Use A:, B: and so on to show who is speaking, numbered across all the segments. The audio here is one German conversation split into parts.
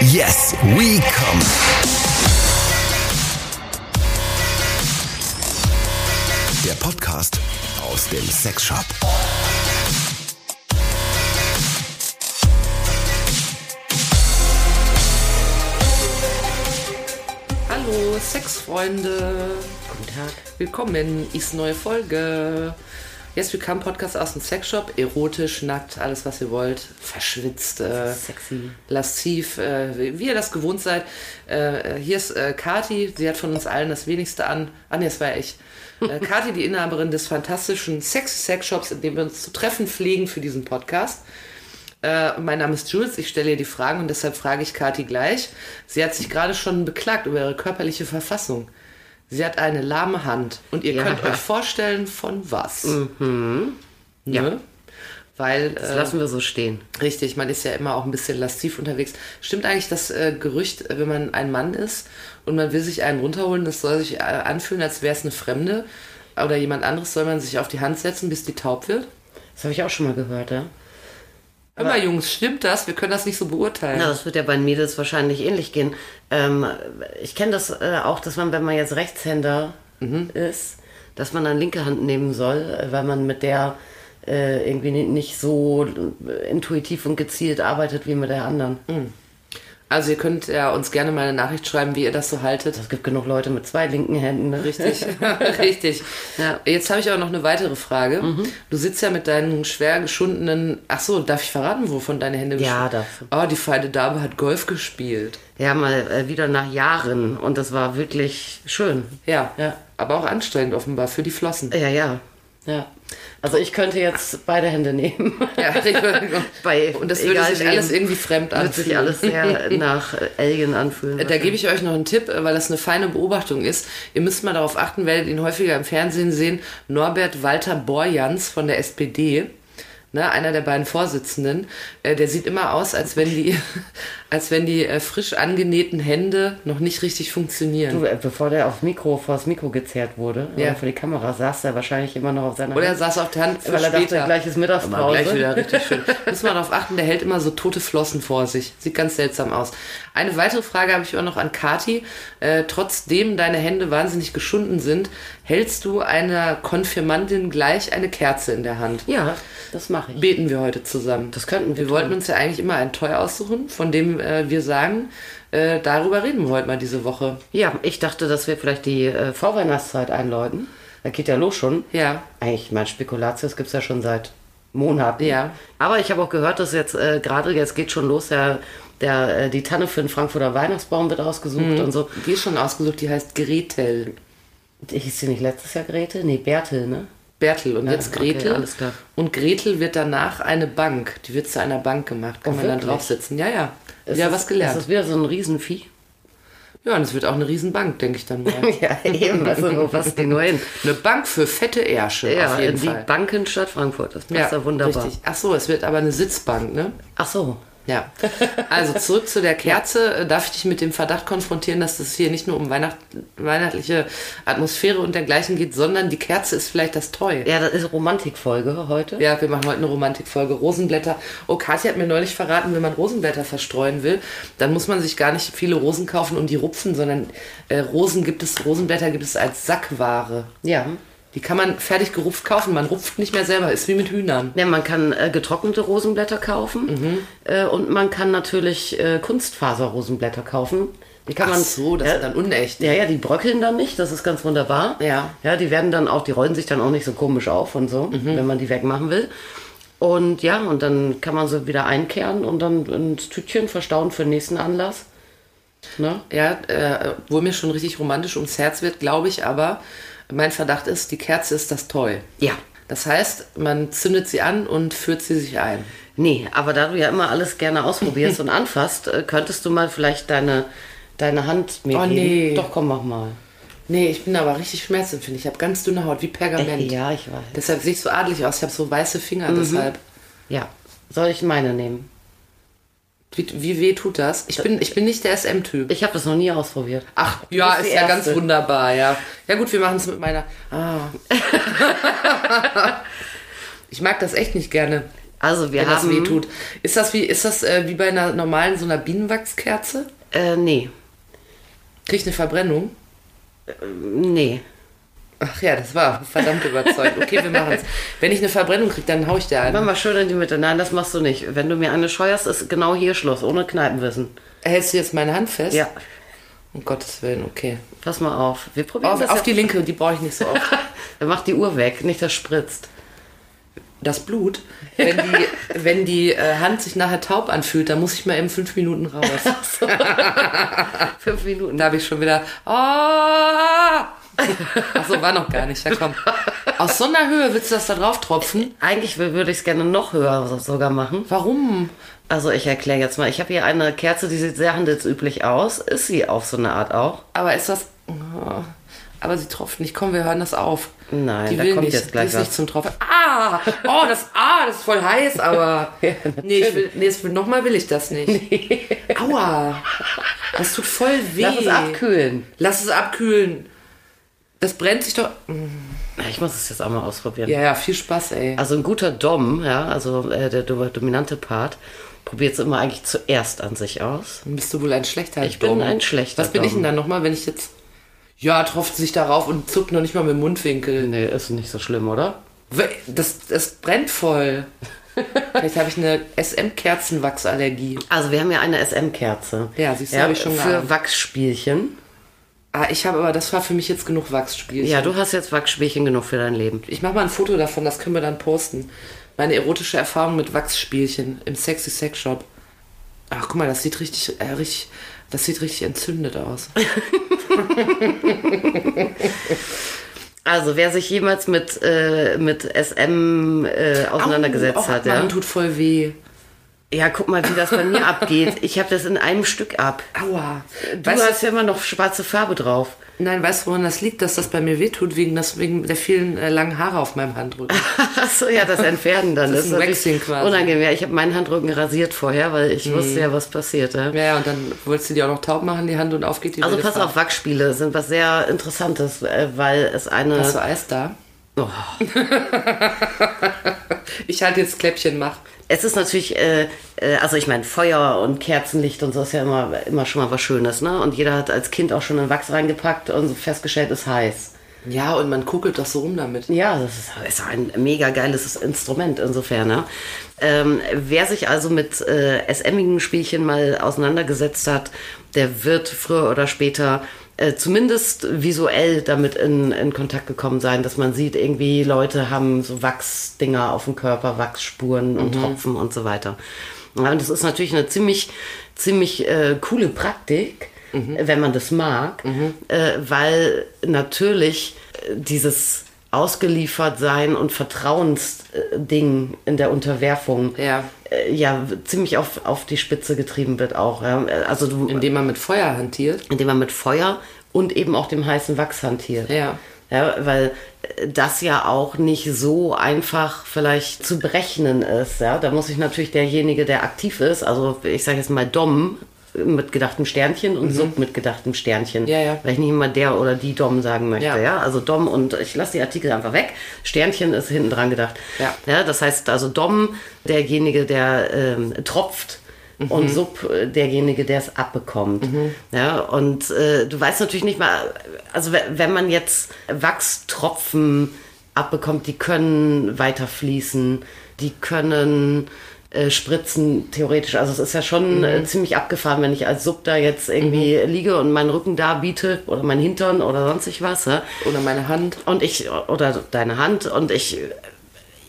A: Yes, we come. Der Podcast aus dem Sexshop.
B: Hallo Sexfreunde,
C: Guten Tag.
B: willkommen, ist neue Folge. Yes, Willkommen Podcast aus dem Sexshop. Erotisch, nackt, alles was ihr wollt. Verschwitzt, äh,
C: Sexy.
B: lasziv, äh, wie- wie ihr das gewohnt seid. Äh, hier ist äh, Kati, sie hat von uns allen das wenigste an. Ah ne, das war ja ich. Äh, Kati, die Inhaberin des fantastischen Sexy Sexshops, in dem wir uns zu treffen pflegen für diesen Podcast. Äh, mein Name ist Jules, ich stelle ihr die Fragen und deshalb frage ich Kati gleich. Sie hat sich gerade schon beklagt über ihre körperliche Verfassung. Sie hat eine lahme Hand und ihr
C: Ja. Mhm.
B: könnt euch vorstellen, von was. Ne?
C: Ja.
B: Weil,
C: Das
B: äh,
C: lassen wir so stehen.
B: richtig, man ist ja immer auch ein bisschen lastiv unterwegs. Stimmt eigentlich das äh, Gerücht, äh, wenn man ein Mann ist und man will sich einen runterholen, das soll sich äh, anfühlen, als wäre es eine Fremde oder jemand anderes, soll man sich auf die Hand setzen, bis die taub wird?
C: Das habe ich auch schon mal gehört, ja?
B: Hör mal, Jungs, stimmt das? Wir können das nicht so beurteilen.
C: Na, das wird ja bei den Mädels wahrscheinlich ähnlich gehen. Ähm, ich kenne das äh, auch, dass man, wenn man jetzt Rechtshänder ist, dass man dann linke Hand nehmen soll, äh, weil man mit der äh, irgendwie ni- nicht so äh, intuitiv und gezielt arbeitet wie mit der anderen.
B: Also ihr könnt ja uns gerne mal eine Nachricht schreiben, wie ihr das so haltet.
C: Also Es gibt genug Leute mit zwei linken Händen. Ne?
B: Richtig, richtig.
C: Ja. Mhm.
B: Jetzt habe ich aber noch eine weitere Frage. Du sitzt ja mit deinen schwer geschundenen. Ach so, darf ich verraten, wovon deine Hände
C: Ja,
B: geschunden- Oh, die feine Dame hat Golf gespielt.
C: Ja, mal äh, wieder nach Jahren. Und das war wirklich schön.
B: Ja.
C: Ja.
B: Aber auch anstrengend offenbar für die Flossen.
C: Ja, ja. Ja. Also ich könnte jetzt beide Hände nehmen.
B: Ja,
C: Bei
B: und das würde
C: egal
B: sich
C: wem.
B: alles irgendwie fremd
C: Wird sich
B: anfühlen.
C: alles sehr nach äh, Alien anfühlen.
B: Da gebe ich euch noch einen Tipp, äh, weil das eine feine Beobachtung ist. Ihr müsst mal darauf achten, werdet ihn häufiger im Fernsehen sehen. Norbert Walter Borjans von der SPD, ne, einer der beiden Vorsitzenden, äh, der sieht immer aus, als wenn die, als wenn die äh, frisch angenähten Hände noch nicht richtig funktionieren.
C: Du, äh, Bevor der auf Mikro, vor das Mikro gezerrt wurde,
B: Ja.
C: oder vor die Kamera, saß er wahrscheinlich immer noch auf seiner
B: Oder er
C: Hand,
B: saß auf der Hand für
C: weil er dachte,
B: später.
C: gleich ist Mittagspause.
B: Aber gleich wieder richtig schön. Muss man darauf achten, der hält immer so tote Flossen vor sich. Sieht ganz seltsam aus. Eine weitere Frage habe ich auch noch an Kati. Äh, trotzdem deine Hände wahnsinnig geschunden sind, hältst du einer Konfirmandin gleich eine Kerze in der Hand?
C: Ja, das mache ich.
B: Beten wir heute zusammen.
C: Das könnten wir
B: Wir wollten
C: tun.
B: uns ja eigentlich immer ein Toy aussuchen, von dem äh, wir sagen, äh, darüber reden wir heute mal diese Woche.
C: Ja, ich dachte, dass wir vielleicht die äh, Vorweihnachtszeit einläuten. Da geht ja los schon.
B: Ja.
C: Eigentlich, mein Spekulatius gibt es ja schon seit Monaten.
B: Ja.
C: Aber ich habe auch gehört, dass jetzt äh, gerade jetzt geht schon los, der, der, äh, die Tanne für den Frankfurter Weihnachtsbaum wird ausgesucht
B: Mhm.
C: und so.
B: Die ist schon ausgesucht, die heißt Gretel.
C: Hieß sie nicht letztes Jahr Grete? Nee, Bertel, ne?
B: Bertel und jetzt
C: okay,
B: Gretel.
C: alles klar.
B: Und Gretel wird danach eine Bank. Die wird zu einer Bank gemacht. Kann
C: Oh,
B: man dann
C: wirklich?
B: drauf sitzen. Ja, ja.
C: Ist
B: ja,
C: das-
B: was gelernt.
C: Ist das wieder so ein Riesenvieh?
B: ja, und es wird auch eine Riesenbank, denke ich dann mal.
C: ja, eben, also wo passt die nur hin?
B: eine Bank für fette Ärsche,
C: Ja,
B: auf jeden
C: die
B: Fall.
C: Bankenstadt Frankfurt, das passt ja, da wunderbar.
B: Richtig. Ach so, es wird aber eine Sitzbank, ne?
C: Ach so,
B: Ja. Also zurück zu der Kerze. Äh, Darf ich dich mit dem Verdacht konfrontieren, dass es hier nicht nur um Weihnacht, weihnachtliche Atmosphäre und dergleichen geht, sondern die Kerze ist vielleicht das Toy.
C: ja, das ist Romantikfolge heute.
B: Ja, wir machen heute eine Romantikfolge. Rosenblätter. Oh, Katja hat mir neulich verraten, wenn man Rosenblätter verstreuen will, dann muss man sich gar nicht viele Rosen kaufen und die rupfen, sondern äh, Rosen gibt es, Rosenblätter gibt es als Sackware.
C: Ja.
B: Die kann man fertig gerupft kaufen. Man rupft nicht mehr selber. Ist wie mit Hühnern.
C: Ja, man kann äh, getrocknete Rosenblätter kaufen
B: Mhm.
C: äh, und man kann natürlich äh, Kunstfaser-Rosenblätter kaufen. Die kann
B: Ach
C: man
B: so, das
C: ja,
B: ist dann unecht.
C: Ja, ja, die bröckeln dann nicht, das ist ganz wunderbar.
B: Ja. Mhm.
C: Ja, die werden dann auch, die rollen sich dann auch nicht so komisch auf und so, wenn man die wegmachen will. Und ja, und dann kann man sie wieder einkehren und dann ins Tütchen verstauen für den nächsten Anlass. Ne?
B: Ja, äh, wo mir schon richtig romantisch ums Herz wird, glaube ich aber, mein Verdacht ist, die Kerze ist das Toy.
C: Ja.
B: Das heißt, man zündet sie an und führt sie sich ein.
C: Nee, aber da du ja immer alles gerne ausprobierst und anfasst, äh, könntest du mal vielleicht deine, deine Hand mir
B: Oh,
C: geben.
B: nee.
C: Doch, komm, mach mal.
B: Nee, ich bin aber richtig schmerzempfindlich. Ich habe ganz dünne Haut, wie Pergament.
C: Äh, Ja, Mhm. ich weiß.
B: Deshalb sehe ich so adelig aus. Ich habe so weiße Finger. Deshalb.
C: Ja. Soll ich meine nehmen?
B: Wie, wie weh tut das? Ich bin, ich bin nicht der SM-Typ.
C: Ich habe das noch nie ausprobiert.
B: Ach, ja,
C: Du bist
B: ist
C: die
B: ja ganz
C: Erste.
B: wunderbar, ja. Ja gut, wir machen es mit meiner. Ah. ich mag das echt nicht gerne.
C: Also wir
B: wenn das
C: haben.
B: weh tut. Ist das wie, ist das äh, wie bei einer normalen so einer Bienenwachskerze?
C: Äh, nee.
B: Krieg ich eine Verbrennung?
C: Nee.
B: Ach ja, das war verdammt überzeugt. Okay, wir machen es. Wenn ich eine Verbrennung kriege, dann hau ich dir einen.
C: Mach mal schön in die Mitte. Nein, das machst du nicht. Wenn du mir eine scheuerst, ist genau hier Schluss, ohne Kneipenwissen.
B: Hältst du jetzt meine Hand fest?
C: Ja,
B: Um Gottes Willen, okay.
C: pass mal auf. Wir probieren
B: Auf,
C: das
B: auf
C: jetzt.
B: die linke, die brauche ich nicht so oft.
C: Er macht die Uhr weg, nicht das spritzt.
B: das Blut, wenn die, wenn die äh, Hand sich nachher taub anfühlt, dann muss ich mal eben fünf Minuten raus.
C: Fünf Minuten.
B: Da habe ich schon wieder. Oh! Achso, war noch gar nicht. Ja, komm. Aus so einer Höhe willst du das da drauf tropfen?
C: Eigentlich wür- würde ich es gerne noch höher so- sogar machen.
B: Warum?
C: Also ich erkläre jetzt mal. Ich habe hier eine Kerze, die sieht sehr handelsüblich aus. Ist sie auf so eine Art auch?
B: Aber ist das. Oh. Aber sie tropft nicht. Komm, wir hören das auf.
C: Nein,
B: die
C: da
B: will
C: kommt
B: nicht.
C: jetzt gleich
B: die ist
C: was.
B: nicht zum Tropfen. Ah! Oh, das Ah, das ist voll heiß, aber. nee, ich will, nee, das will, nochmal will ich das nicht. Aua! Das tut voll weh.
C: Lass es abkühlen.
B: Lass es abkühlen. Das brennt sich doch.
C: Na, Ich muss es jetzt auch mal ausprobieren.
B: Ja, ja, viel Spaß, ey.
C: Also ein guter Dom, ja, also äh, der do- dominante Part, probiert es immer eigentlich zuerst an sich aus.
B: Dann bist du wohl ein schlechter
C: Ich bin
B: Dom.
C: ein schlechter
B: Was bin ich denn
C: Dom.
B: dann nochmal, wenn ich jetzt. Ja, tropft sich darauf und zuckt noch nicht mal mit dem Mundwinkel.
C: Nee, ist nicht so schlimm, oder?
B: We- Das, das brennt voll. Vielleicht habe ich eine SM-Kerzenwachsallergie.
C: Also wir haben ja eine SM-Kerze.
B: Ja, siehst du, hab ich schon
C: Für
B: geahnt.
C: Wachsspielchen.
B: Ah, ich habe aber, das war für mich jetzt genug Wachsspielchen.
C: Ja, du hast jetzt Wachsspielchen genug für dein Leben.
B: Ich mache mal ein Foto davon, das können wir dann posten. Meine erotische Erfahrung mit Wachsspielchen im Sexy Sex Shop. Ach, guck mal, das sieht richtig, äh, richtig, das sieht richtig entzündet aus.
C: Also wer sich jemals mit, äh, mit SM äh, auseinandergesetzt
B: Au, oh,
C: hat,
B: Mann,
C: ja.
B: tut voll weh.
C: ja, guck mal, wie das bei mir abgeht. Ich habe das in einem Stück ab.
B: Aua.
C: Du hast ja immer noch schwarze Farbe drauf.
B: nein, weißt du, woran das liegt, dass das bei mir wehtut, wegen, das, wegen der vielen äh, langen Haare auf meinem Handrücken.
C: Achso, ja, das Entfernen dann.
B: Das ist ein
C: natürlich
B: Waxing quasi. Mhm.
C: Unangenehm. Ja, ich habe meinen Handrücken rasiert vorher, weil ich wusste ja, was passiert. Ja.
B: ja, ja, und dann wolltest du dir auch noch taub machen, die Hand, und auf geht die
C: Also
B: wilde
C: pass
B: Fahrt.
C: auf, Wachsspiele sind was sehr Interessantes, äh, weil es
B: Hast
C: eine...
B: du Eis da?
C: Oh,
B: Ich halte jetzt Kläppchen, mach.
C: es ist natürlich, äh, äh, also ich meine, Feuer und Kerzenlicht und so ist ja immer, immer schon mal was Schönes, ne? Und jeder hat als Kind auch schon einen Wachs reingepackt und so festgestellt, ist heiß.
B: Ja, und man kuckelt doch so rum damit.
C: Ja, das ist, ist ein mega geiles Instrument insofern. Ne? Ähm, wer sich also mit äh, SM-igen Spielchen mal auseinandergesetzt hat, der wird früher oder später äh, zumindest visuell damit in, in Kontakt gekommen sein, dass man sieht, irgendwie Leute haben so Wachsdinger auf dem Körper, Wachsspuren und Tropfen und so weiter. Ja, und das ist natürlich eine ziemlich, ziemlich äh, coole Praktik,
B: Mhm.
C: wenn man das mag, äh, weil natürlich äh, dieses ausgeliefert sein und Vertrauensding in der Unterwerfung
B: Ja.
C: äh, ja ziemlich auf, auf die Spitze getrieben wird auch. Ja? Also du,
B: Indem man mit Feuer hantiert.
C: indem man mit Feuer und eben auch dem heißen Wachs hantiert.
B: Ja.
C: Ja, weil äh, das ja auch nicht so einfach vielleicht zu berechnen ist. Ja? Da muss sich natürlich derjenige, der aktiv ist, also ich sage jetzt mal Dom äh, mit gedachtem Sternchen und Sub mit gedachtem Sternchen,
B: Mhm. Ja, ja.
C: weil ich nicht immer der oder die Dom sagen möchte.
B: Ja.
C: Ja. Also Dom und ich lasse die Artikel einfach weg. Sternchen ist hinten dran gedacht.
B: Ja.
C: Ja, das heißt also Dom, derjenige, der ähm, tropft. Und Sub, äh, derjenige, der es abbekommt. Ja, und äh, du weißt natürlich nicht mal, also we- wenn man jetzt Wachstropfen abbekommt, die können weiter fließen, die können äh, spritzen, theoretisch. Also es ist ja schon äh, ziemlich abgefahren, wenn ich als Sub da jetzt irgendwie liege und meinen Rücken da biete oder meinen Hintern oder sonstig was. Ja?
B: Oder meine Hand.
C: und ich oder deine Hand und ich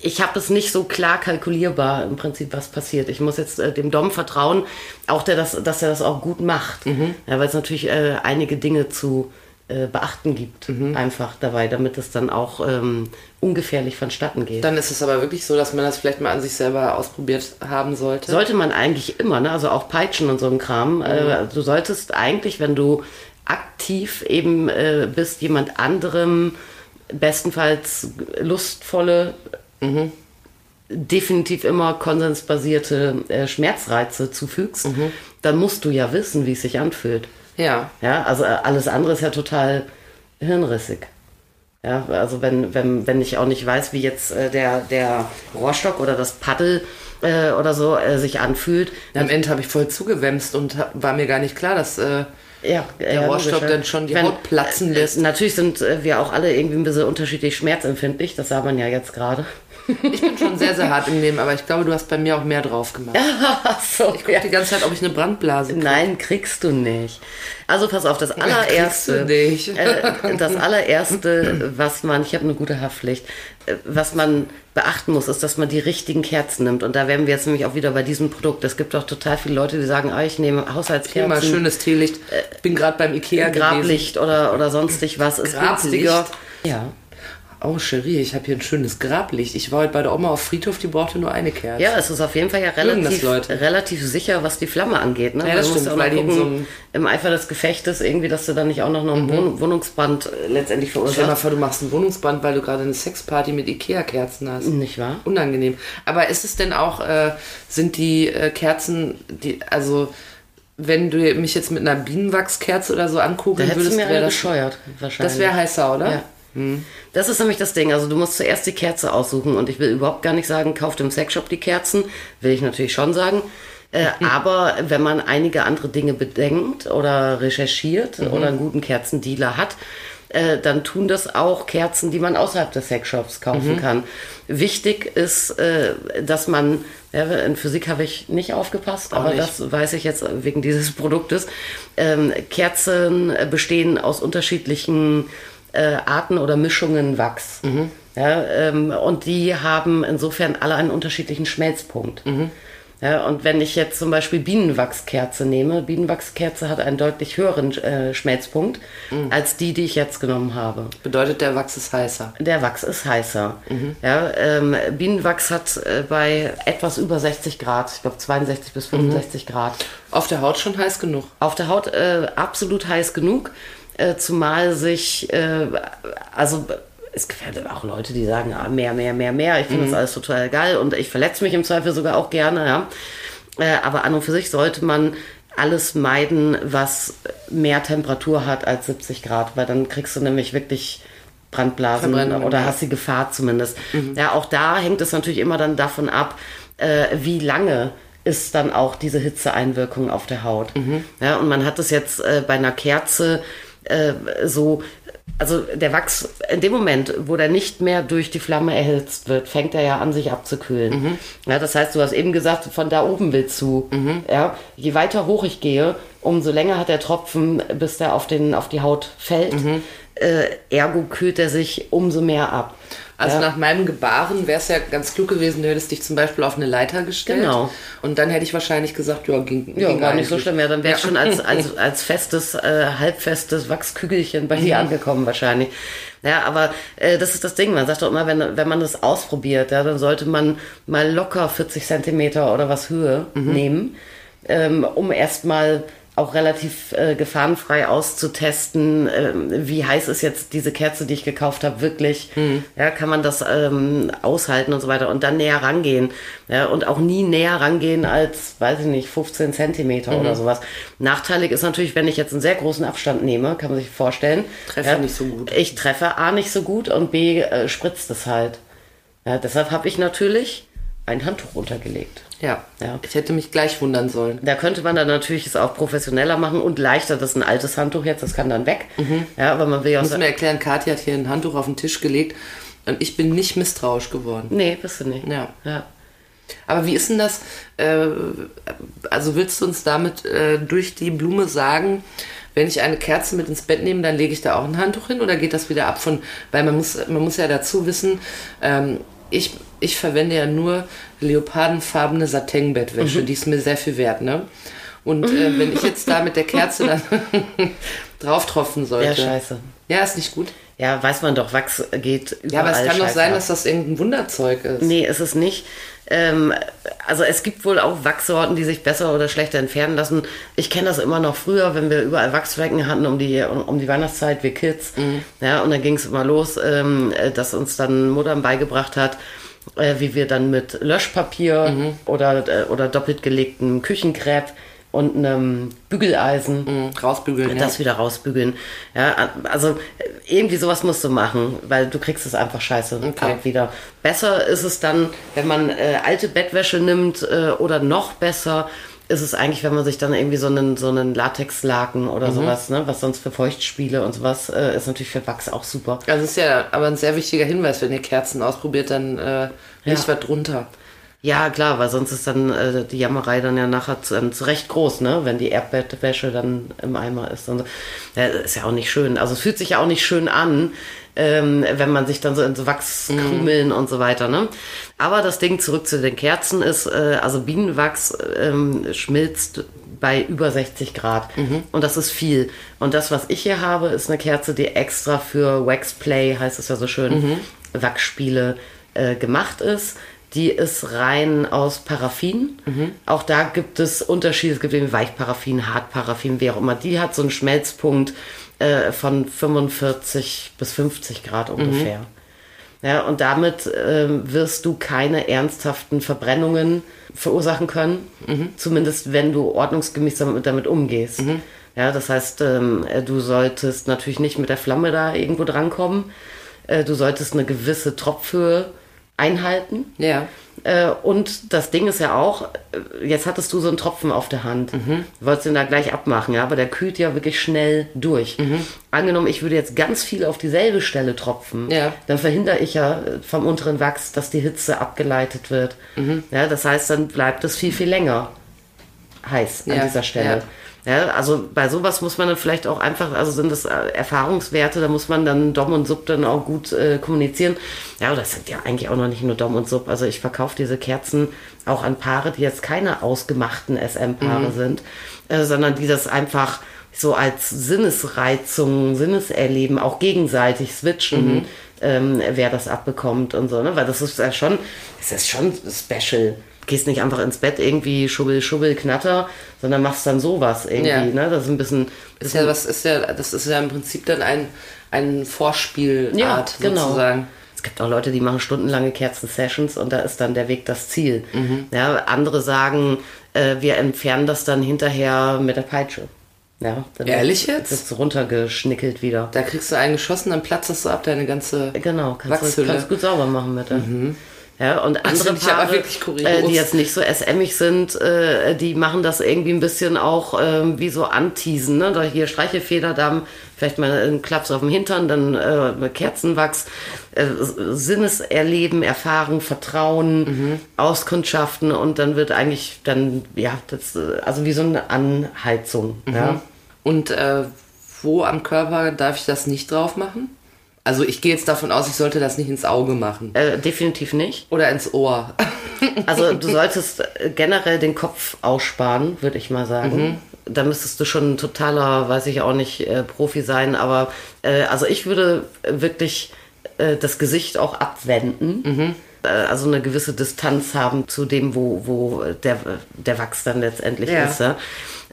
C: ich habe es nicht so klar kalkulierbar im Prinzip was passiert. Ich muss jetzt äh, dem Dom vertrauen, auch der das, dass er das auch gut macht, ja, weil es natürlich äh, einige Dinge zu äh, beachten gibt einfach dabei, damit es dann auch ähm, ungefährlich vonstatten geht.
B: Dann ist es aber wirklich so, dass man das vielleicht mal an sich selber ausprobiert haben sollte.
C: sollte man eigentlich immer, ne? also auch Peitschen und so ein Kram. Äh, du solltest eigentlich, wenn du aktiv eben äh, bist, jemand anderem bestenfalls lustvolle, definitiv immer konsensbasierte äh, Schmerzreize zufügst, dann musst du ja wissen, wie es sich anfühlt.
B: ja.
C: Ja, also äh, alles andere ist ja total hirnrissig. Ja, also wenn, wenn, wenn ich auch nicht weiß, wie jetzt äh, der, der Rohrstock oder das Paddel äh, oder so äh, sich anfühlt.
B: Am Ende habe ich voll zugewämst und hab, war mir gar nicht klar, dass äh,
C: Ja,
B: der Rohrstock dann schon die Haut platzen lässt.
C: Natürlich sind äh, wir auch alle irgendwie ein bisschen unterschiedlich schmerzempfindlich, das sah man ja jetzt gerade.
B: Ich bin schon sehr, sehr hart im Leben, aber ich glaube, du hast bei mir auch mehr drauf gemacht.
C: so,
B: Ich gucke die ganze Zeit, ob ich eine Brandblase
C: Nein, kriegst du nicht. Also pass auf, das allererste,
B: kriegst du nicht.
C: äh, das allererste, was man, ich habe eine gute Haftpflicht, äh, was man beachten muss, ist, dass man die richtigen Kerzen nimmt. Und da wären wir jetzt nämlich auch wieder bei diesem Produkt. Es gibt auch total viele Leute, die sagen, ah, ich nehme
B: Hier mal
C: Haushaltskerzen,
B: schönes Teelicht. Ich bin gerade beim Ikea gewesen.
C: Grablicht oder oder sonstig was ist
B: Grablicht?
C: günstiger. Ja.
B: Oh, Cherie, ich habe hier ein schönes Grablicht. Ich war heute bei der Oma auf Friedhof, die brauchte nur eine Kerze.
C: Ja, es ist auf jeden Fall ja
B: Mögen das
C: relativ,
B: Leute.
C: relativ sicher, was die Flamme angeht. Ne?
B: Ja, das
C: Man muss
B: stimmt,
C: auch noch
B: weil die in
C: gucken,
B: so einem-
C: im Eifer des Gefechtes irgendwie, dass du da nicht auch noch einen Wohn Wohnungsbrand äh, letztendlich
B: Stell dir mal
C: verursachst.
B: vor, du machst ein Wohnungsband, weil du gerade eine Sexparty mit Ikea-Kerzen hast.
C: Nicht wahr?
B: Unangenehm. Aber ist es denn auch, äh, sind die äh, Kerzen, die, also wenn du mich jetzt mit einer Bienenwachskerze oder so
C: Da
B: angucken
C: hättest
B: würdest,
C: du mir
B: wäre
C: eine
B: das
C: gescheuert, wahrscheinlich.
B: Das halt, ne? wäre heißer, oder?
C: Ja.
B: Hm.
C: Das ist nämlich das Ding. Also du musst zuerst die Kerze aussuchen und ich will überhaupt gar nicht sagen, kauft im Sexshop die Kerzen. Will ich natürlich schon sagen. Äh, aber wenn man einige andere Dinge bedenkt oder recherchiert
B: Mhm.
C: oder einen guten Kerzendealer hat, äh, dann tun das auch Kerzen, die man außerhalb des Sexshops
B: Mhm.
C: kaufen kann. Wichtig ist, äh, dass man, ja, in Physik habe ich nicht aufgepasst, aber
B: nicht.
C: das das weiß ich jetzt wegen dieses Produktes. Ähm, Kerzen äh, bestehen aus unterschiedlichen äh, Arten oder Mischungen Wachs. Ja, ähm, und die haben insofern alle einen unterschiedlichen Schmelzpunkt. Ja, und wenn ich jetzt zum Beispiel Bienenwachskerze nehme, Bienenwachskerze hat einen deutlich höheren äh, Schmelzpunkt als die, die ich jetzt genommen habe.
B: bedeutet, der Wachs ist heißer.
C: Der Wachs ist heißer. Ja, ähm, Bienenwachs hat äh, bei etwas über 60 Grad, ich glaube 62 bis 65 Grad,
B: Auf der Haut schon heiß genug.
C: auf der Haut äh, absolut heiß genug, äh, zumal sich, äh, also es gefällt auch Leute, die sagen, ah, mehr, mehr, mehr, mehr, ich finde das alles total geil und ich verletze mich im Zweifel sogar auch gerne, ja. Äh, aber an und für sich sollte man alles meiden, was mehr Temperatur hat als 70 Grad, weil dann kriegst du nämlich wirklich Brandblasen
B: Verbrennungen,
C: oder
B: ja.
C: hast die Gefahr zumindest. Ja, auch da hängt es natürlich immer dann davon ab, äh, wie lange ist dann auch diese Hitzeeinwirkung auf der Haut. Ja, und man hat das jetzt äh, bei einer Kerze äh, so, also der Wachs, in dem Moment, wo der nicht mehr durch die Flamme erhitzt wird, fängt er ja an, sich abzukühlen. Ja, das heißt, du hast eben gesagt, von da oben will zu. Ja, je weiter hoch ich gehe, umso länger hat der Tropfen, bis der auf, den, auf die Haut fällt. Äh, ergo kühlt er sich umso mehr ab.
B: Also
C: ja.
B: nach meinem Gebaren wäre es ja ganz klug gewesen, du hättest dich zum Beispiel auf eine Leiter gestellt.
C: Genau.
B: Und dann hätte ich wahrscheinlich gesagt, ja, ging,
C: Ja,
B: ging
C: war nicht so
B: eigentlich.
C: schlimm. Ja, dann wäre ich
B: Ja.
C: schon als, als, als festes, äh, halbfestes Wachskügelchen bei dir angekommen wahrscheinlich. Ja, aber äh, das ist das Ding. Man sagt doch immer, wenn, wenn man das ausprobiert, ja, dann sollte man mal locker 40 Zentimeter oder was Höhe nehmen, ähm, um erstmal auch relativ äh, gefahrenfrei auszutesten, ähm, wie heiß ist jetzt diese Kerze, die ich gekauft habe, wirklich. Ja, kann man das ähm, aushalten und so weiter und dann näher rangehen. Ja, und auch nie näher rangehen als, weiß ich nicht, 15 Zentimeter oder sowas. Nachteilig ist natürlich, wenn ich jetzt einen sehr großen Abstand nehme, kann man sich vorstellen.
B: Treffer nicht so gut.
C: Ich treffe A nicht so gut und B äh, spritzt es halt. Ja, deshalb habe ich natürlich ein Handtuch untergelegt.
B: Ja.
C: Ja.
B: ich hätte mich gleich wundern sollen.
C: Da könnte man dann natürlich es auch professioneller machen und leichter. Das ist ein altes Handtuch jetzt, das kann dann weg. Ja, aber man will ja auch
B: Ich Mhm. muss mir erklären, Kathi hat hier ein Handtuch auf den Tisch gelegt und ich bin nicht misstrauisch geworden.
C: Nee, bist du nicht.
B: Ja.
C: ja.
B: Aber wie ist denn das? Äh, also willst du uns damit äh, durch die Blume sagen, wenn ich eine Kerze mit ins Bett nehme, dann lege ich da auch ein Handtuch hin oder geht das wieder ab von, weil man muss, man muss ja dazu wissen, ähm, ich, ich verwende ja nur leopardenfarbene Satinbettwäsche,
C: Mhm.
B: die ist mir sehr viel wert, ne? Und äh, wenn ich jetzt da mit der Kerze dann drauf tropfen sollte.
C: Ja, scheiße.
B: Ja, ist nicht gut.
C: Ja, weiß man doch, Wachs geht überall.
B: Ja, aber es kann doch
C: scheiße
B: sein,
C: ab.
B: dass das irgendein Wunderzeug ist.
C: Nee, ist es nicht. Ähm, also es gibt wohl auch Wachssorten, die sich besser oder schlechter entfernen lassen. Ich kenne das immer noch früher, wenn wir überall Wachsflecken hatten um die, um, um die Weihnachtszeit, wir Kids. Ja, und dann ging es immer los, ähm, äh, dass uns dann Mutter beigebracht hat, äh, wie wir dann mit Löschpapier oder, äh, oder doppelt gelegtem Küchenkrepp und einem Bügeleisen
B: Mhm. Hm, Rausbügeln. Ja.
C: das wieder rausbügeln. Ja, also irgendwie sowas musst du machen, weil du kriegst es einfach scheiße
B: Okay.
C: ab wieder. Besser ist es dann, wenn man äh, alte Bettwäsche nimmt äh, oder noch besser ist es eigentlich, wenn man sich dann irgendwie so einen, so einen Latexlaken oder
B: Mhm.
C: sowas, ne, was sonst für Feuchtspiele und sowas, äh, ist natürlich für Wachs auch super.
B: Also ist ja aber ein sehr wichtiger Hinweis, wenn ihr Kerzen ausprobiert, dann äh, nicht was drunter.
C: Ja, klar, weil sonst ist dann äh, die Jammerei dann ja nachher zu, ähm, zu Recht groß, ne? Wenn die Erdbettwäsche dann im Eimer ist. Und so. ja, ist ja auch nicht schön. Also es fühlt sich ja auch nicht schön an, ähm, wenn man sich dann so in so Wachskrumeln und so weiter, ne? Aber das Ding zurück zu den Kerzen ist, äh, also Bienenwachs ähm, schmilzt bei über 60 Grad. Und das ist viel. Und das, was ich hier habe, ist eine Kerze, die extra für Waxplay, heißt es ja so schön, Wachsspiele äh, gemacht ist. Die ist rein aus Paraffin. Auch da gibt es Unterschiede. Es gibt eben Weichparaffin, Hartparaffin, wie auch immer. Die hat so einen Schmelzpunkt äh, von 45 bis 50 Grad ungefähr. Ja, und damit ähm, wirst du keine ernsthaften Verbrennungen verursachen können, zumindest wenn du ordnungsgemäß damit, damit umgehst. Ja, das heißt, ähm, äh, du solltest natürlich nicht mit der Flamme da irgendwo drankommen. Äh, du solltest eine gewisse Tropfhöhe einhalten.
B: Ja.
C: Äh, und das Ding ist ja auch, äh, jetzt hattest du so einen Tropfen auf der Hand. Du wolltest ihn da gleich abmachen, ja, aber der kühlt ja wirklich schnell durch. Angenommen, ich würde jetzt ganz viel auf dieselbe Stelle tropfen,
B: Ja.
C: dann verhindere ich ja äh, vom unteren Wachs, dass die Hitze abgeleitet wird. Ja, das heißt, dann bleibt es viel, viel länger heiß an
B: Ja,
C: dieser Stelle. Ja. also bei sowas muss man dann vielleicht auch einfach, also sind das äh, Erfahrungswerte, da muss man dann Dom und Sub dann auch gut äh, kommunizieren. Ja, aber das sind ja eigentlich auch noch nicht nur Dom und Sub. Also ich verkaufe diese Kerzen auch an Paare, die jetzt keine ausgemachten SM-Paare
B: Mhm.
C: sind, äh, sondern die das einfach so als Sinnesreizung, Sinneserleben auch gegenseitig switchen,
B: Mhm.
C: ähm, wer das abbekommt und so, ne? Weil das ist ja schon, es ist schon special. Gehst nicht einfach ins Bett irgendwie schubbel, schubbel, knatter, sondern machst dann sowas irgendwie,
B: Ja.
C: ne? Das ist ein bisschen.
B: Ist
C: Hm.
B: ja, was ist ja, das ist ja im Prinzip dann ein, ein Vorspielart
C: Ja, genau.
B: sozusagen.
C: Es gibt auch Leute, die machen stundenlange Kerzen-Sessions und da ist dann der Weg das Ziel.
B: Mhm.
C: Ja, andere sagen, äh, wir entfernen das dann hinterher mit der Peitsche. Ja, dann
B: Ehrlich
C: wird-
B: jetzt?
C: wird's runtergeschnickelt wieder.
B: Da kriegst du einen geschossen, dann platzt das so ab deine ganze
C: Genau, kannst du
B: Wachshülle. Mhm.
C: kannst gut sauber machen mit. ja. Ja, und
B: Das
C: andere
B: finde ich aber
C: Paare,
B: wirklich kurios.
C: äh, die jetzt nicht so SM-ig sind, äh, die machen das irgendwie ein bisschen auch ähm, wie so anteasen. Ne? Da hier Streichelfederdamm, vielleicht mal einen Klaps auf dem Hintern, dann äh, mit Kerzenwachs, äh, Sinneserleben, Erfahrung, Vertrauen,
B: Mhm.
C: Auskundschaften und dann wird eigentlich dann, ja, das, äh, also wie so eine Anheizung.
B: Mhm.
C: Ja?
B: Und äh, wo am Körper darf ich das nicht drauf machen? Also ich gehe jetzt davon aus, ich sollte das nicht ins Auge machen.
C: Äh, definitiv nicht.
B: Oder ins Ohr.
C: Also du solltest generell den Kopf aussparen, würde ich mal sagen. Da müsstest du schon ein totaler, weiß ich auch nicht, äh, Profi sein. Aber äh, also ich würde wirklich äh, das Gesicht auch abwenden. Äh, Also eine gewisse Distanz haben zu dem, wo, wo der, der Wachs dann letztendlich
B: Ja.
C: ist. Ja?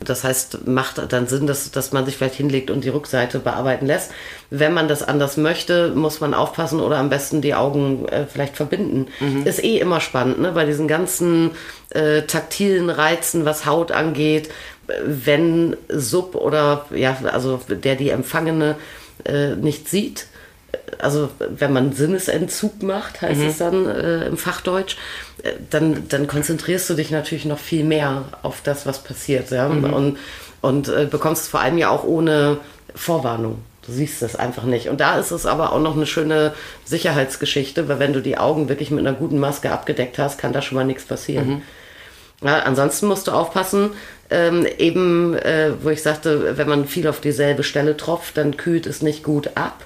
C: Das heißt, macht dann Sinn, dass, dass man sich vielleicht hinlegt und die Rückseite bearbeiten lässt. Wenn man das anders möchte, muss man aufpassen oder am besten die Augen äh, vielleicht verbinden. Ist eh immer spannend, ne? bei diesen ganzen äh, taktilen Reizen, was Haut angeht, äh, wenn Sub oder ja, also der die Empfangene äh, nicht sieht, also wenn man Sinnesentzug macht, heißt es dann äh, im Fachdeutsch, äh, dann, dann konzentrierst du dich natürlich noch viel mehr auf das, was passiert. Ja? Und, und äh, bekommst es vor allem ja auch ohne Vorwarnung. Du siehst das einfach nicht. Und da ist es aber auch noch eine schöne Sicherheitsgeschichte, weil wenn du die Augen wirklich mit einer guten Maske abgedeckt hast, kann da schon mal nichts passieren. Ja, ansonsten musst du aufpassen, ähm, eben, äh, wo ich sagte, wenn man viel auf dieselbe Stelle tropft, dann kühlt es nicht gut ab.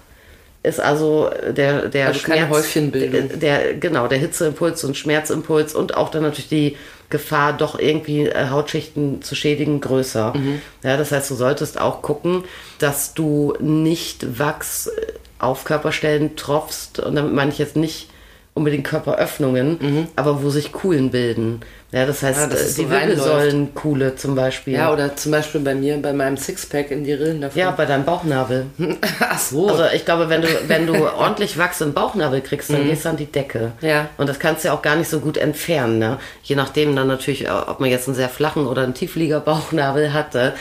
C: Ist also äh, der, der
B: Also keine Häufchenbildung.
C: Der, der, genau, der Hitzeimpuls und Schmerzimpuls und auch dann natürlich die Gefahr, doch irgendwie äh, Hautschichten zu schädigen, größer.
B: Mhm.
C: Ja, das heißt, du solltest auch gucken, dass du nicht Wachs äh, auf Körperstellen
B: Mhm.
C: tropfst. Und damit meine ich jetzt nicht unbedingt Körperöffnungen, aber wo sich Kuhlen bilden. Ja, das heißt, äh,
B: Ja, dass es
C: die
B: Ah, so
C: Wirbelsäulenkuhle zum Beispiel.
B: Ja, oder zum Beispiel bei mir, bei meinem Sixpack in die Rillen davon.
C: ja, bei deinem Bauchnabel.
B: Oh. Ach so.
C: Also ich glaube, wenn du, wenn du ordentlich Wachs im Bauchnabel kriegst, dann gehst du an die Decke.
B: Mhm. Ja.
C: Und das kannst du ja auch gar nicht so gut entfernen. Ne? Je nachdem dann natürlich, äh, ob man jetzt einen sehr flachen oder einen Tieflieger-Bauchnabel hatte.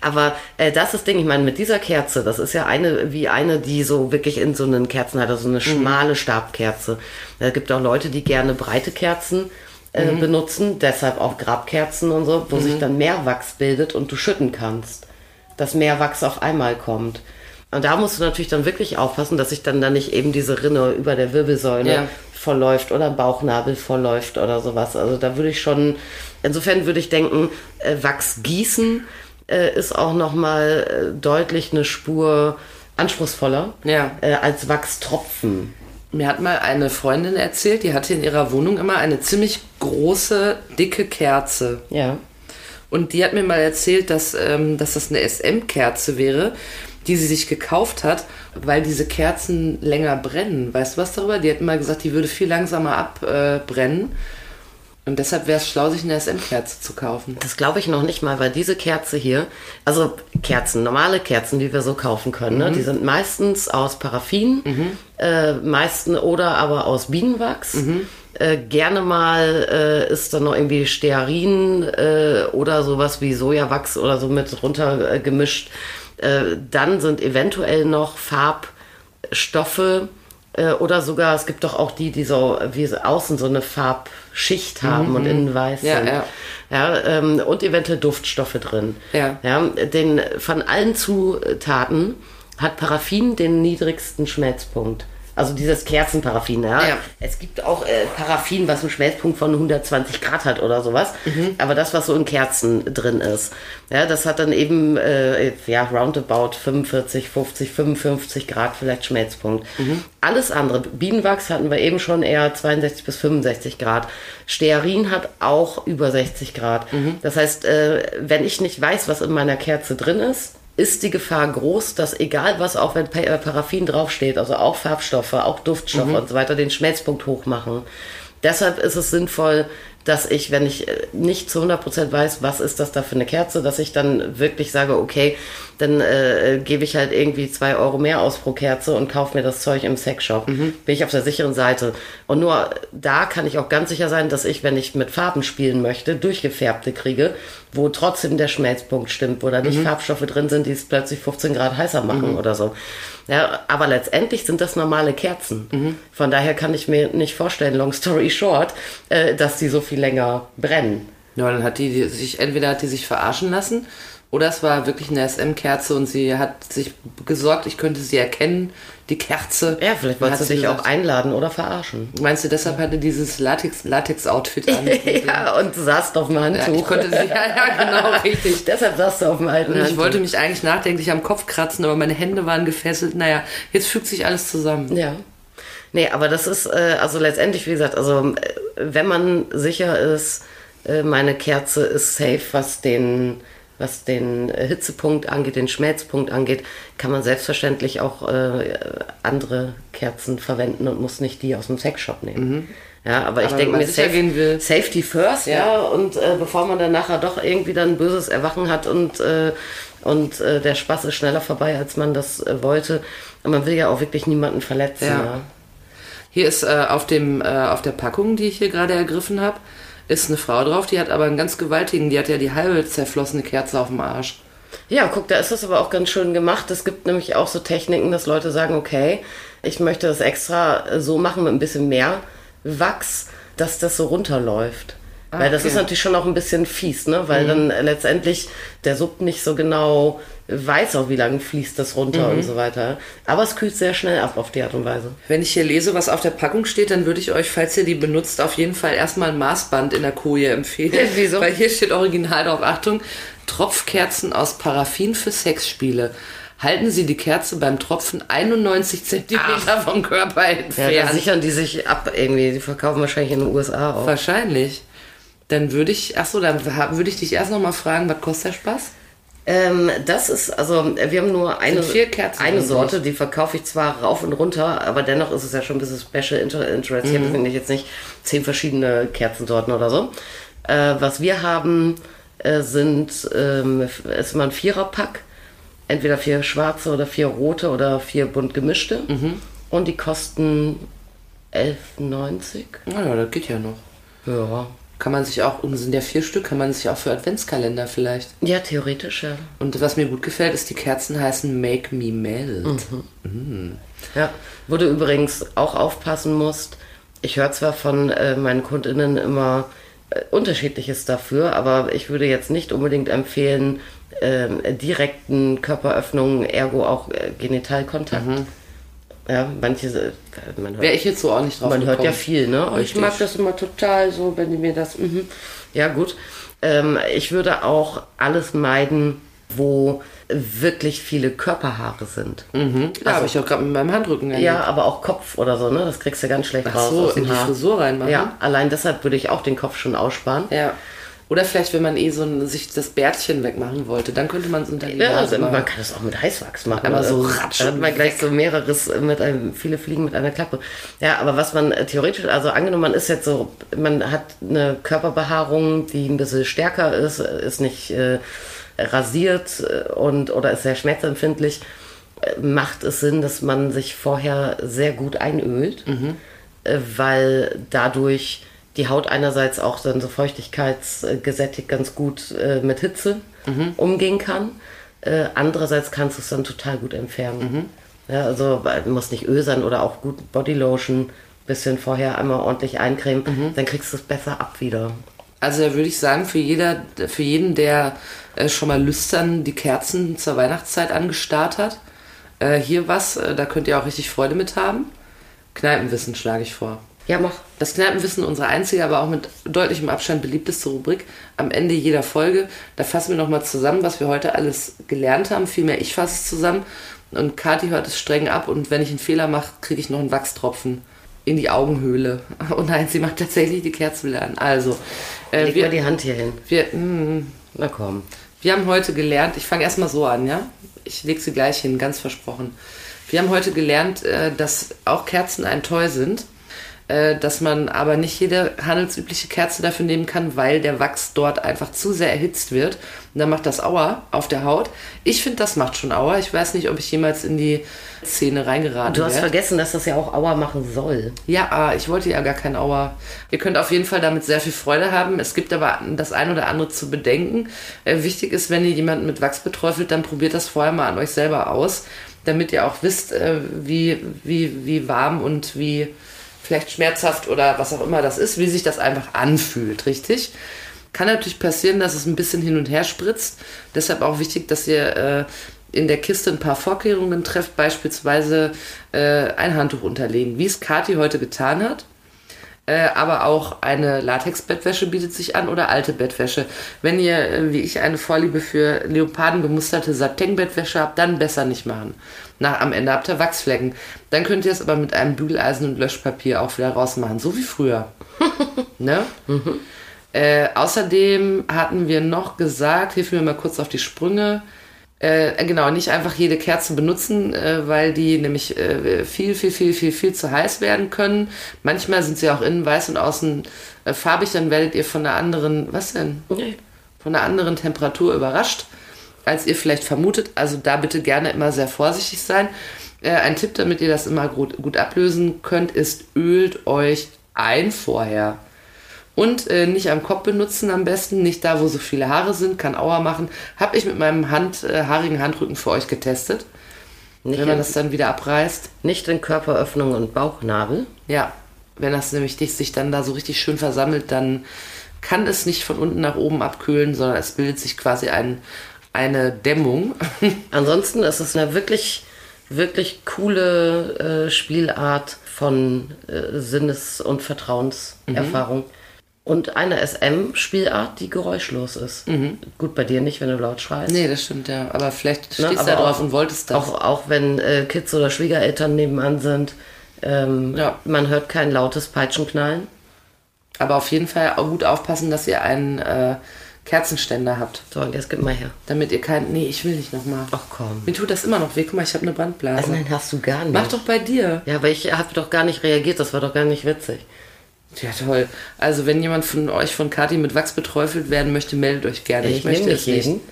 C: Aber äh, das ist Ding, ich meine, mit dieser Kerze, das ist ja eine wie eine, die so wirklich in so einen Kerzen hat, also so eine schmale Stabkerze. Da gibt auch Leute, die gerne breite Kerzen äh, benutzen, deshalb auch Grabkerzen und so, wo sich dann mehr Wachs bildet und du schütten kannst dass mehr Wachs auf einmal kommt. Und da musst du natürlich dann wirklich aufpassen, dass sich dann da nicht eben diese Rinne über der Wirbelsäule
B: Ja.
C: verläuft oder Bauchnabel verläuft oder sowas. Also da würde ich schon, insofern würde ich denken, äh, Wachs gießen äh, ist auch nochmal äh, deutlich eine Spur anspruchsvoller
B: Ja.
C: äh, als Wachstropfen.
B: Mir hat mal eine Freundin erzählt, die hatte in ihrer Wohnung immer eine ziemlich große, dicke Kerze.
C: Ja.
B: Und die hat mir mal erzählt, dass, ähm, dass das eine SM-Kerze wäre, die sie sich gekauft hat, weil diese Kerzen länger brennen. Weißt du was darüber? Die hat mal gesagt, die würde viel langsamer abbrennen. Äh, brennen. und deshalb wäre es schlau, sich eine SM-Kerze zu kaufen.
C: Das glaube ich noch nicht mal, weil diese Kerze hier, also Kerzen, normale Kerzen, die wir so kaufen können,
B: Mhm.
C: ne, die sind meistens aus Paraffin, äh, meistens oder aber aus Bienenwachs.
B: Mhm.
C: Äh, gerne mal äh, ist dann noch irgendwie Stearin äh, oder sowas wie Sojawachs oder so mit runter äh, gemischt. Äh, dann sind eventuell noch Farbstoffe äh, oder sogar, es gibt doch auch die, die so wie so außen so eine Farbschicht haben und innen weiß
B: Mhm. Ja,
C: sind.
B: ja.
C: Ja, ähm, und eventuell Duftstoffe drin.
B: Ja.
C: ja. Den, von allen Zutaten hat Paraffin den niedrigsten Schmelzpunkt. Also dieses Kerzenparaffin, ja.
B: Ja.
C: Es gibt auch äh, Paraffin, was einen Schmelzpunkt von 120 Grad hat oder sowas. Aber das, was so in Kerzen drin ist, ja, das hat dann eben, äh, ja, roundabout 45, 50, 55 Grad vielleicht Schmelzpunkt. Alles andere, Bienenwachs hatten wir eben schon eher 62 bis 65 Grad. Stearin hat auch über 60 Grad. Das heißt, äh, wenn ich nicht weiß, was in meiner Kerze drin ist, ist die Gefahr groß, dass egal was, auch wenn Pa- äh, Paraffin draufsteht, also auch Farbstoffe, auch Duftstoffe und so weiter, den Schmelzpunkt hochmachen. Deshalb ist es sinnvoll, dass ich, wenn ich äh, nicht zu 100% weiß, was ist das da für eine Kerze, dass ich dann wirklich sage, okay, dann äh, äh, gebe ich halt irgendwie zwei Euro mehr aus pro Kerze und kaufe mir das Zeug im Sexshop. Bin ich auf der sicheren Seite. Und nur da kann ich auch ganz sicher sein, dass ich, wenn ich mit Farben spielen möchte, durchgefärbte kriege, wo trotzdem der Schmelzpunkt stimmt, wo da
B: Mhm.
C: nicht Farbstoffe drin sind, die es plötzlich 15 Grad heißer machen oder so. Ja, aber letztendlich sind das normale Kerzen.
B: Mhm.
C: Von daher kann ich mir nicht vorstellen, long story short, äh, dass die so viel länger brennen.
B: Ja, dann hat die, die sich, entweder hat die sich verarschen lassen oder es war wirklich eine SM-Kerze und sie hat sich gesorgt, ich könnte sie erkennen, die Kerze.
C: Ja,
B: Dann
C: vielleicht wolltest du
B: hat sie
C: dich
B: gesagt,
C: auch einladen oder verarschen.
B: Meinst du, deshalb hatte dieses Latex- Latex-Outfit an?
C: Ja, und saßt auf dem
B: Ja,
C: Handtuch.
B: ich konnte sie, ja, ja, genau, richtig.
C: Deshalb saßt du auf dem alten
B: Ich
C: Handtuch.
B: wollte mich eigentlich nachdenklich am Kopf kratzen, aber meine Hände waren gefesselt. Naja, jetzt fügt sich alles zusammen.
C: Ja. Nee, aber das ist, äh, also letztendlich, wie gesagt, also äh, wenn man sicher ist, äh, meine Kerze ist safe, was den, was den äh, Hitzepunkt angeht, den Schmelzpunkt angeht, kann man selbstverständlich auch äh, andere Kerzen verwenden und muss nicht die aus dem Sexshop nehmen. Ja, aber ich
B: Mhm. Aber
C: denke
B: wenn man
C: mir,
B: sicher
C: safe,
B: gehen will-
C: Safety first, ja. und äh, bevor man dann nachher doch irgendwie dann ein böses Erwachen hat und, äh, und äh, der Spaß ist schneller vorbei, als man das äh, wollte. Und man will ja auch wirklich niemanden verletzen.
B: Ja.
C: Ja.
B: Hier ist äh, auf, dem, äh, auf der Packung, die ich hier gerade ergriffen habe, ist eine Frau drauf, die hat aber einen ganz gewaltigen, die hat ja die halbe zerflossene Kerze auf dem Arsch.
C: Ja, guck, da ist das aber auch ganz schön gemacht. Es gibt nämlich auch so Techniken, dass Leute sagen, okay, ich möchte das extra äh, so machen mit ein bisschen mehr Wachs, dass das so runterläuft. Weil das
B: okay.
C: ist natürlich schon auch ein bisschen fies, ne? Weil dann äh, letztendlich der Sub nicht so genau weiß auch, wie lange fließt das runter und so weiter. Aber es kühlt sehr schnell ab auf die Art und Weise.
B: Wenn ich hier lese, was auf der Packung steht, dann würde ich euch, falls ihr die benutzt, auf jeden Fall erstmal ein Maßband in der Koje empfehlen.
C: Wieso?
B: Weil hier steht original drauf, Achtung, Tropfkerzen aus Paraffin für Sexspiele. Halten Sie die Kerze beim Tropfen 91 Zentimeter vom Körper
C: Ah. Ja,
B: entfernt.
C: da sichern die sich ab irgendwie. Die verkaufen wahrscheinlich in den USA auch.
B: Wahrscheinlich. Dann würde ich, ach so, dann ha- würde ich dich erst nochmal fragen, was kostet der Spaß?
C: Ähm, das ist, also wir haben nur eine,
B: vier Kerzen
C: eine
B: drin,
C: Sorte, die verkaufe ich zwar rauf und runter, aber dennoch
B: Mhm.
C: ist es ja schon ein bisschen Special Inter Interest. Hier finde ich jetzt nicht zehn verschiedene Kerzensorten oder so. Äh, was wir haben, äh, sind, ähm, ist immer ein Viererpack. Entweder vier schwarze oder vier rote oder vier bunt gemischte.
B: Mhm.
C: Und die kosten 11,90.
B: Naja, das geht ja noch.
C: Ja.
B: Kann man sich auch, und sind ja vier Stück, kann man sich auch für Adventskalender vielleicht.
C: Ja, theoretisch, ja.
B: Und was mir gut gefällt, ist, die Kerzen heißen Make Me Melt.
C: Mhm. Ja, wo du übrigens auch aufpassen musst. Ich höre zwar von äh, meinen KundInnen immer äh, unterschiedliches dafür, aber ich würde jetzt nicht unbedingt empfehlen, ähm, direkten Körperöffnungen, ergo auch äh, Genitalkontakt. Ja, manche, äh, man hört
B: Wäre ich jetzt so auch nicht drauf
C: man hört ja
B: gekommen. Oh,
C: viel, ne? Und ich
B: Richtig.
C: mag das immer total so, wenn die mir das. Mhm. Ja, gut. Ähm, ich würde auch alles meiden, wo wirklich viele Körperhaare sind.
B: Ja, habe ich auch gerade mit meinem Handrücken erlebt.
C: Also- Ja, aber auch Kopf oder so, ne? Das kriegst du ganz schlecht
B: Ach
C: raus.
B: so,
C: aus dem
B: in die
C: Haar.
B: Frisur reinmachen.
C: Ja, allein deshalb würde ich auch den Kopf schon aussparen.
B: Ja. Oder vielleicht, wenn man eh so ein, sich das Bärtchen wegmachen wollte, dann könnte man es unter die
C: Ja, also
B: Nase
C: man
B: machen.
C: kann es auch mit Heißwachs machen.
B: Einmal genau. so
C: Äh,
B: ratsch
C: da hat
B: und
C: man gleich so mehreres äh, mit einem, viele Fliegen mit einer Klappe. Ja, aber was man äh, theoretisch, also angenommen, man ist jetzt so, man hat eine Körperbehaarung, die ein bisschen stärker ist, äh, ist nicht äh, rasiert äh, und oder ist sehr schmerzempfindlich, äh, macht es Sinn, dass man sich vorher sehr gut einölt, äh, weil dadurch die Haut einerseits auch dann so feuchtigkeitsgesättigt ganz gut äh, mit Hitze
B: Mhm.
C: umgehen kann. Äh, andererseits kannst du es dann total gut entfernen.
B: Mhm.
C: Ja, also weil, muss nicht Öl sein oder auch gut Bodylotion, bisschen vorher einmal ordentlich eincremen,
B: Mhm.
C: dann kriegst du es besser ab wieder.
B: Also da würde ich sagen, für, jeder, für jeden, der äh, schon mal lüstern die Kerzen zur Weihnachtszeit angestarrt hat, äh, hier was, äh, da könnt ihr auch richtig Freude mit haben. Kneipenwissen schlage ich vor.
C: Ja, mach.
B: Das Kneipenwissen, unsere einzige, aber auch mit deutlichem Abstand beliebteste Rubrik am Ende jeder Folge. Da fassen wir nochmal zusammen, was wir heute alles gelernt haben. Vielmehr ich fasse es zusammen und Kathi hört es streng ab und wenn ich einen Fehler mache, kriege ich noch einen Wachstropfen in die Augenhöhle. Oh nein, sie macht tatsächlich die Kerzen wieder an. Also, äh,
C: Leg mal
B: wir,
C: die Hand hier hin.
B: wir, mm,
C: Na komm.
B: wir haben heute gelernt, ich fange erstmal so an, ja? Ich lege sie gleich hin, ganz versprochen. Wir haben heute gelernt, äh, dass auch Kerzen ein Toy sind, äh, dass man aber nicht jede handelsübliche Kerze dafür nehmen kann, weil der Wachs dort einfach zu sehr erhitzt wird. Und dann macht das Aua auf der Haut. Ich finde, das macht schon Aua. Ich weiß nicht, ob ich jemals in die Szene reingeraten
C: Du hast
B: wär.
C: vergessen, dass das ja auch Aua machen soll.
B: Ja, ah, ich wollte ja gar kein Auer. Ihr könnt auf jeden Fall damit sehr viel Freude haben. Es gibt aber das ein oder andere zu bedenken. Äh, wichtig ist, wenn ihr jemanden mit Wachs beträufelt, dann probiert das vorher mal an euch selber aus, damit ihr auch wisst, äh, wie, wie, wie warm und wie vielleicht schmerzhaft oder was auch immer das ist, wie sich das einfach anfühlt, richtig? Kann natürlich passieren, dass es ein bisschen hin und her spritzt. Deshalb auch wichtig, dass ihr äh, in der Kiste ein paar Vorkehrungen trefft, beispielsweise äh, ein Handtuch unterlegen, wie es Kathi heute getan hat. Äh, aber auch eine Latex-Bettwäsche bietet sich an oder alte Bettwäsche. Wenn ihr, äh, wie ich, eine Vorliebe für leopardengemusterte Satin-Bettwäsche habt, dann besser nicht machen. Nach, am Ende habt ihr Wachsflecken. Dann könnt ihr es aber mit einem Bügeleisen und Löschpapier auch wieder rausmachen, so wie früher. ne? Äh, außerdem hatten wir noch gesagt, hilf mir mal kurz auf die Sprünge. Äh, genau, nicht einfach jede Kerze benutzen, äh, weil die nämlich äh, viel, viel, viel, viel, viel zu heiß werden können. Manchmal sind sie auch innen weiß und außen äh, farbig, dann werdet ihr von einer anderen, was denn? Von einer anderen Temperatur überrascht, als ihr vielleicht vermutet. Also da bitte gerne immer sehr vorsichtig sein. Äh, ein Tipp, damit ihr das immer gut, gut ablösen könnt, ist, ölt euch ein vorher. Und äh, nicht am Kopf benutzen am besten, nicht da, wo so viele Haare sind, kann Aua machen. Habe ich mit meinem Hand, äh, haarigen Handrücken für euch getestet.
C: Nicht,
B: Wenn man
C: in,
B: das dann wieder abreißt,
C: nicht in Körperöffnung und Bauchnabel.
B: ja, wenn das nämlich dich, sich dann da so richtig schön versammelt, dann kann es nicht von unten nach oben abkühlen, sondern es bildet sich quasi ein, eine Dämmung.
C: Ansonsten ist es eine wirklich, wirklich coole äh, Spielart von äh, Sinnes- und Vertrauenserfahrung. Und eine SM-Spielart, die geräuschlos ist. Gut, bei dir nicht, wenn du laut schreist.
B: nee, das stimmt ja. Aber vielleicht
C: Ne,
B: stehst du
C: aber
B: da drauf
C: auch-
B: und wolltest das.
C: Auch, auch wenn äh, Kids oder Schwiegereltern nebenan sind, ähm,
B: Ja.
C: man hört kein lautes Peitschenknallen.
B: Aber auf jeden Fall auch gut aufpassen, dass ihr einen äh, Kerzenständer habt,
C: So, und jetzt gib mal her.
B: damit ihr keinen. Nee, ich will nicht nochmal.
C: Ach komm. Also
B: Mir tut das immer noch weh. Guck mal, ich habe eine Brandblase.
C: Nein, hast du gar nicht.
B: Mach doch bei dir.
C: Ja, aber ich habe doch gar nicht reagiert, das war doch gar nicht witzig.
B: Ja, toll. Also, wenn jemand von euch von Kati mit Wachs beträufelt werden möchte, meldet euch gerne. Ich,
C: Äh, Ich
B: möchte
C: nehme
B: es
C: nicht jeden.
B: nicht.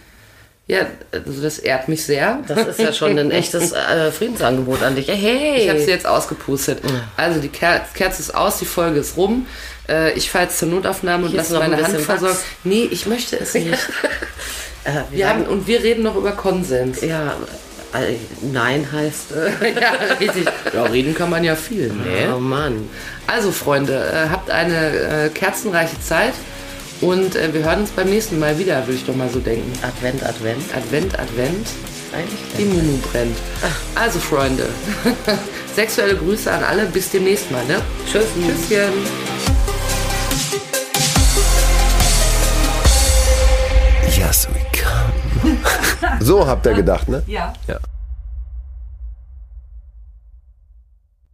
B: Ja, also das ehrt mich sehr.
C: Das ist ja schon ein echtes äh, Friedensangebot an dich. Hey! Oh.
B: Ich habe sie jetzt ausgepustet. Also die Ker Kerze ist aus, die Folge ist rum. Äh, ich fahre jetzt zur Notaufnahme und
C: Hier ist
B: lasse
C: noch ein
B: meine Hand
C: bisschen Wachs.
B: versorgen. Nee, ich möchte es nicht.
C: äh, wir
B: Wir
C: haben,
B: haben, und wir reden noch über Konsens.
C: ja, äh, nein heißt. äh,
B: ja, richtig. Ja, reden kann man ja viel, ne?
C: Oh Mann.
B: Also, Freunde, äh, habt eine äh, kerzenreiche Zeit und äh, wir hören uns beim nächsten Mal wieder, würde ich doch mal so denken.
C: Advent, Advent.
B: Advent, Advent, die
C: Eigentlich.
B: Mumu brennt. Also, Freunde, sexuelle Grüße an alle. Bis demnächst mal, ne?
C: Tschüss.
B: Tschüsschen.
A: Yes, we come. so habt ihr gedacht, ne?
D: Ja.
A: Ja.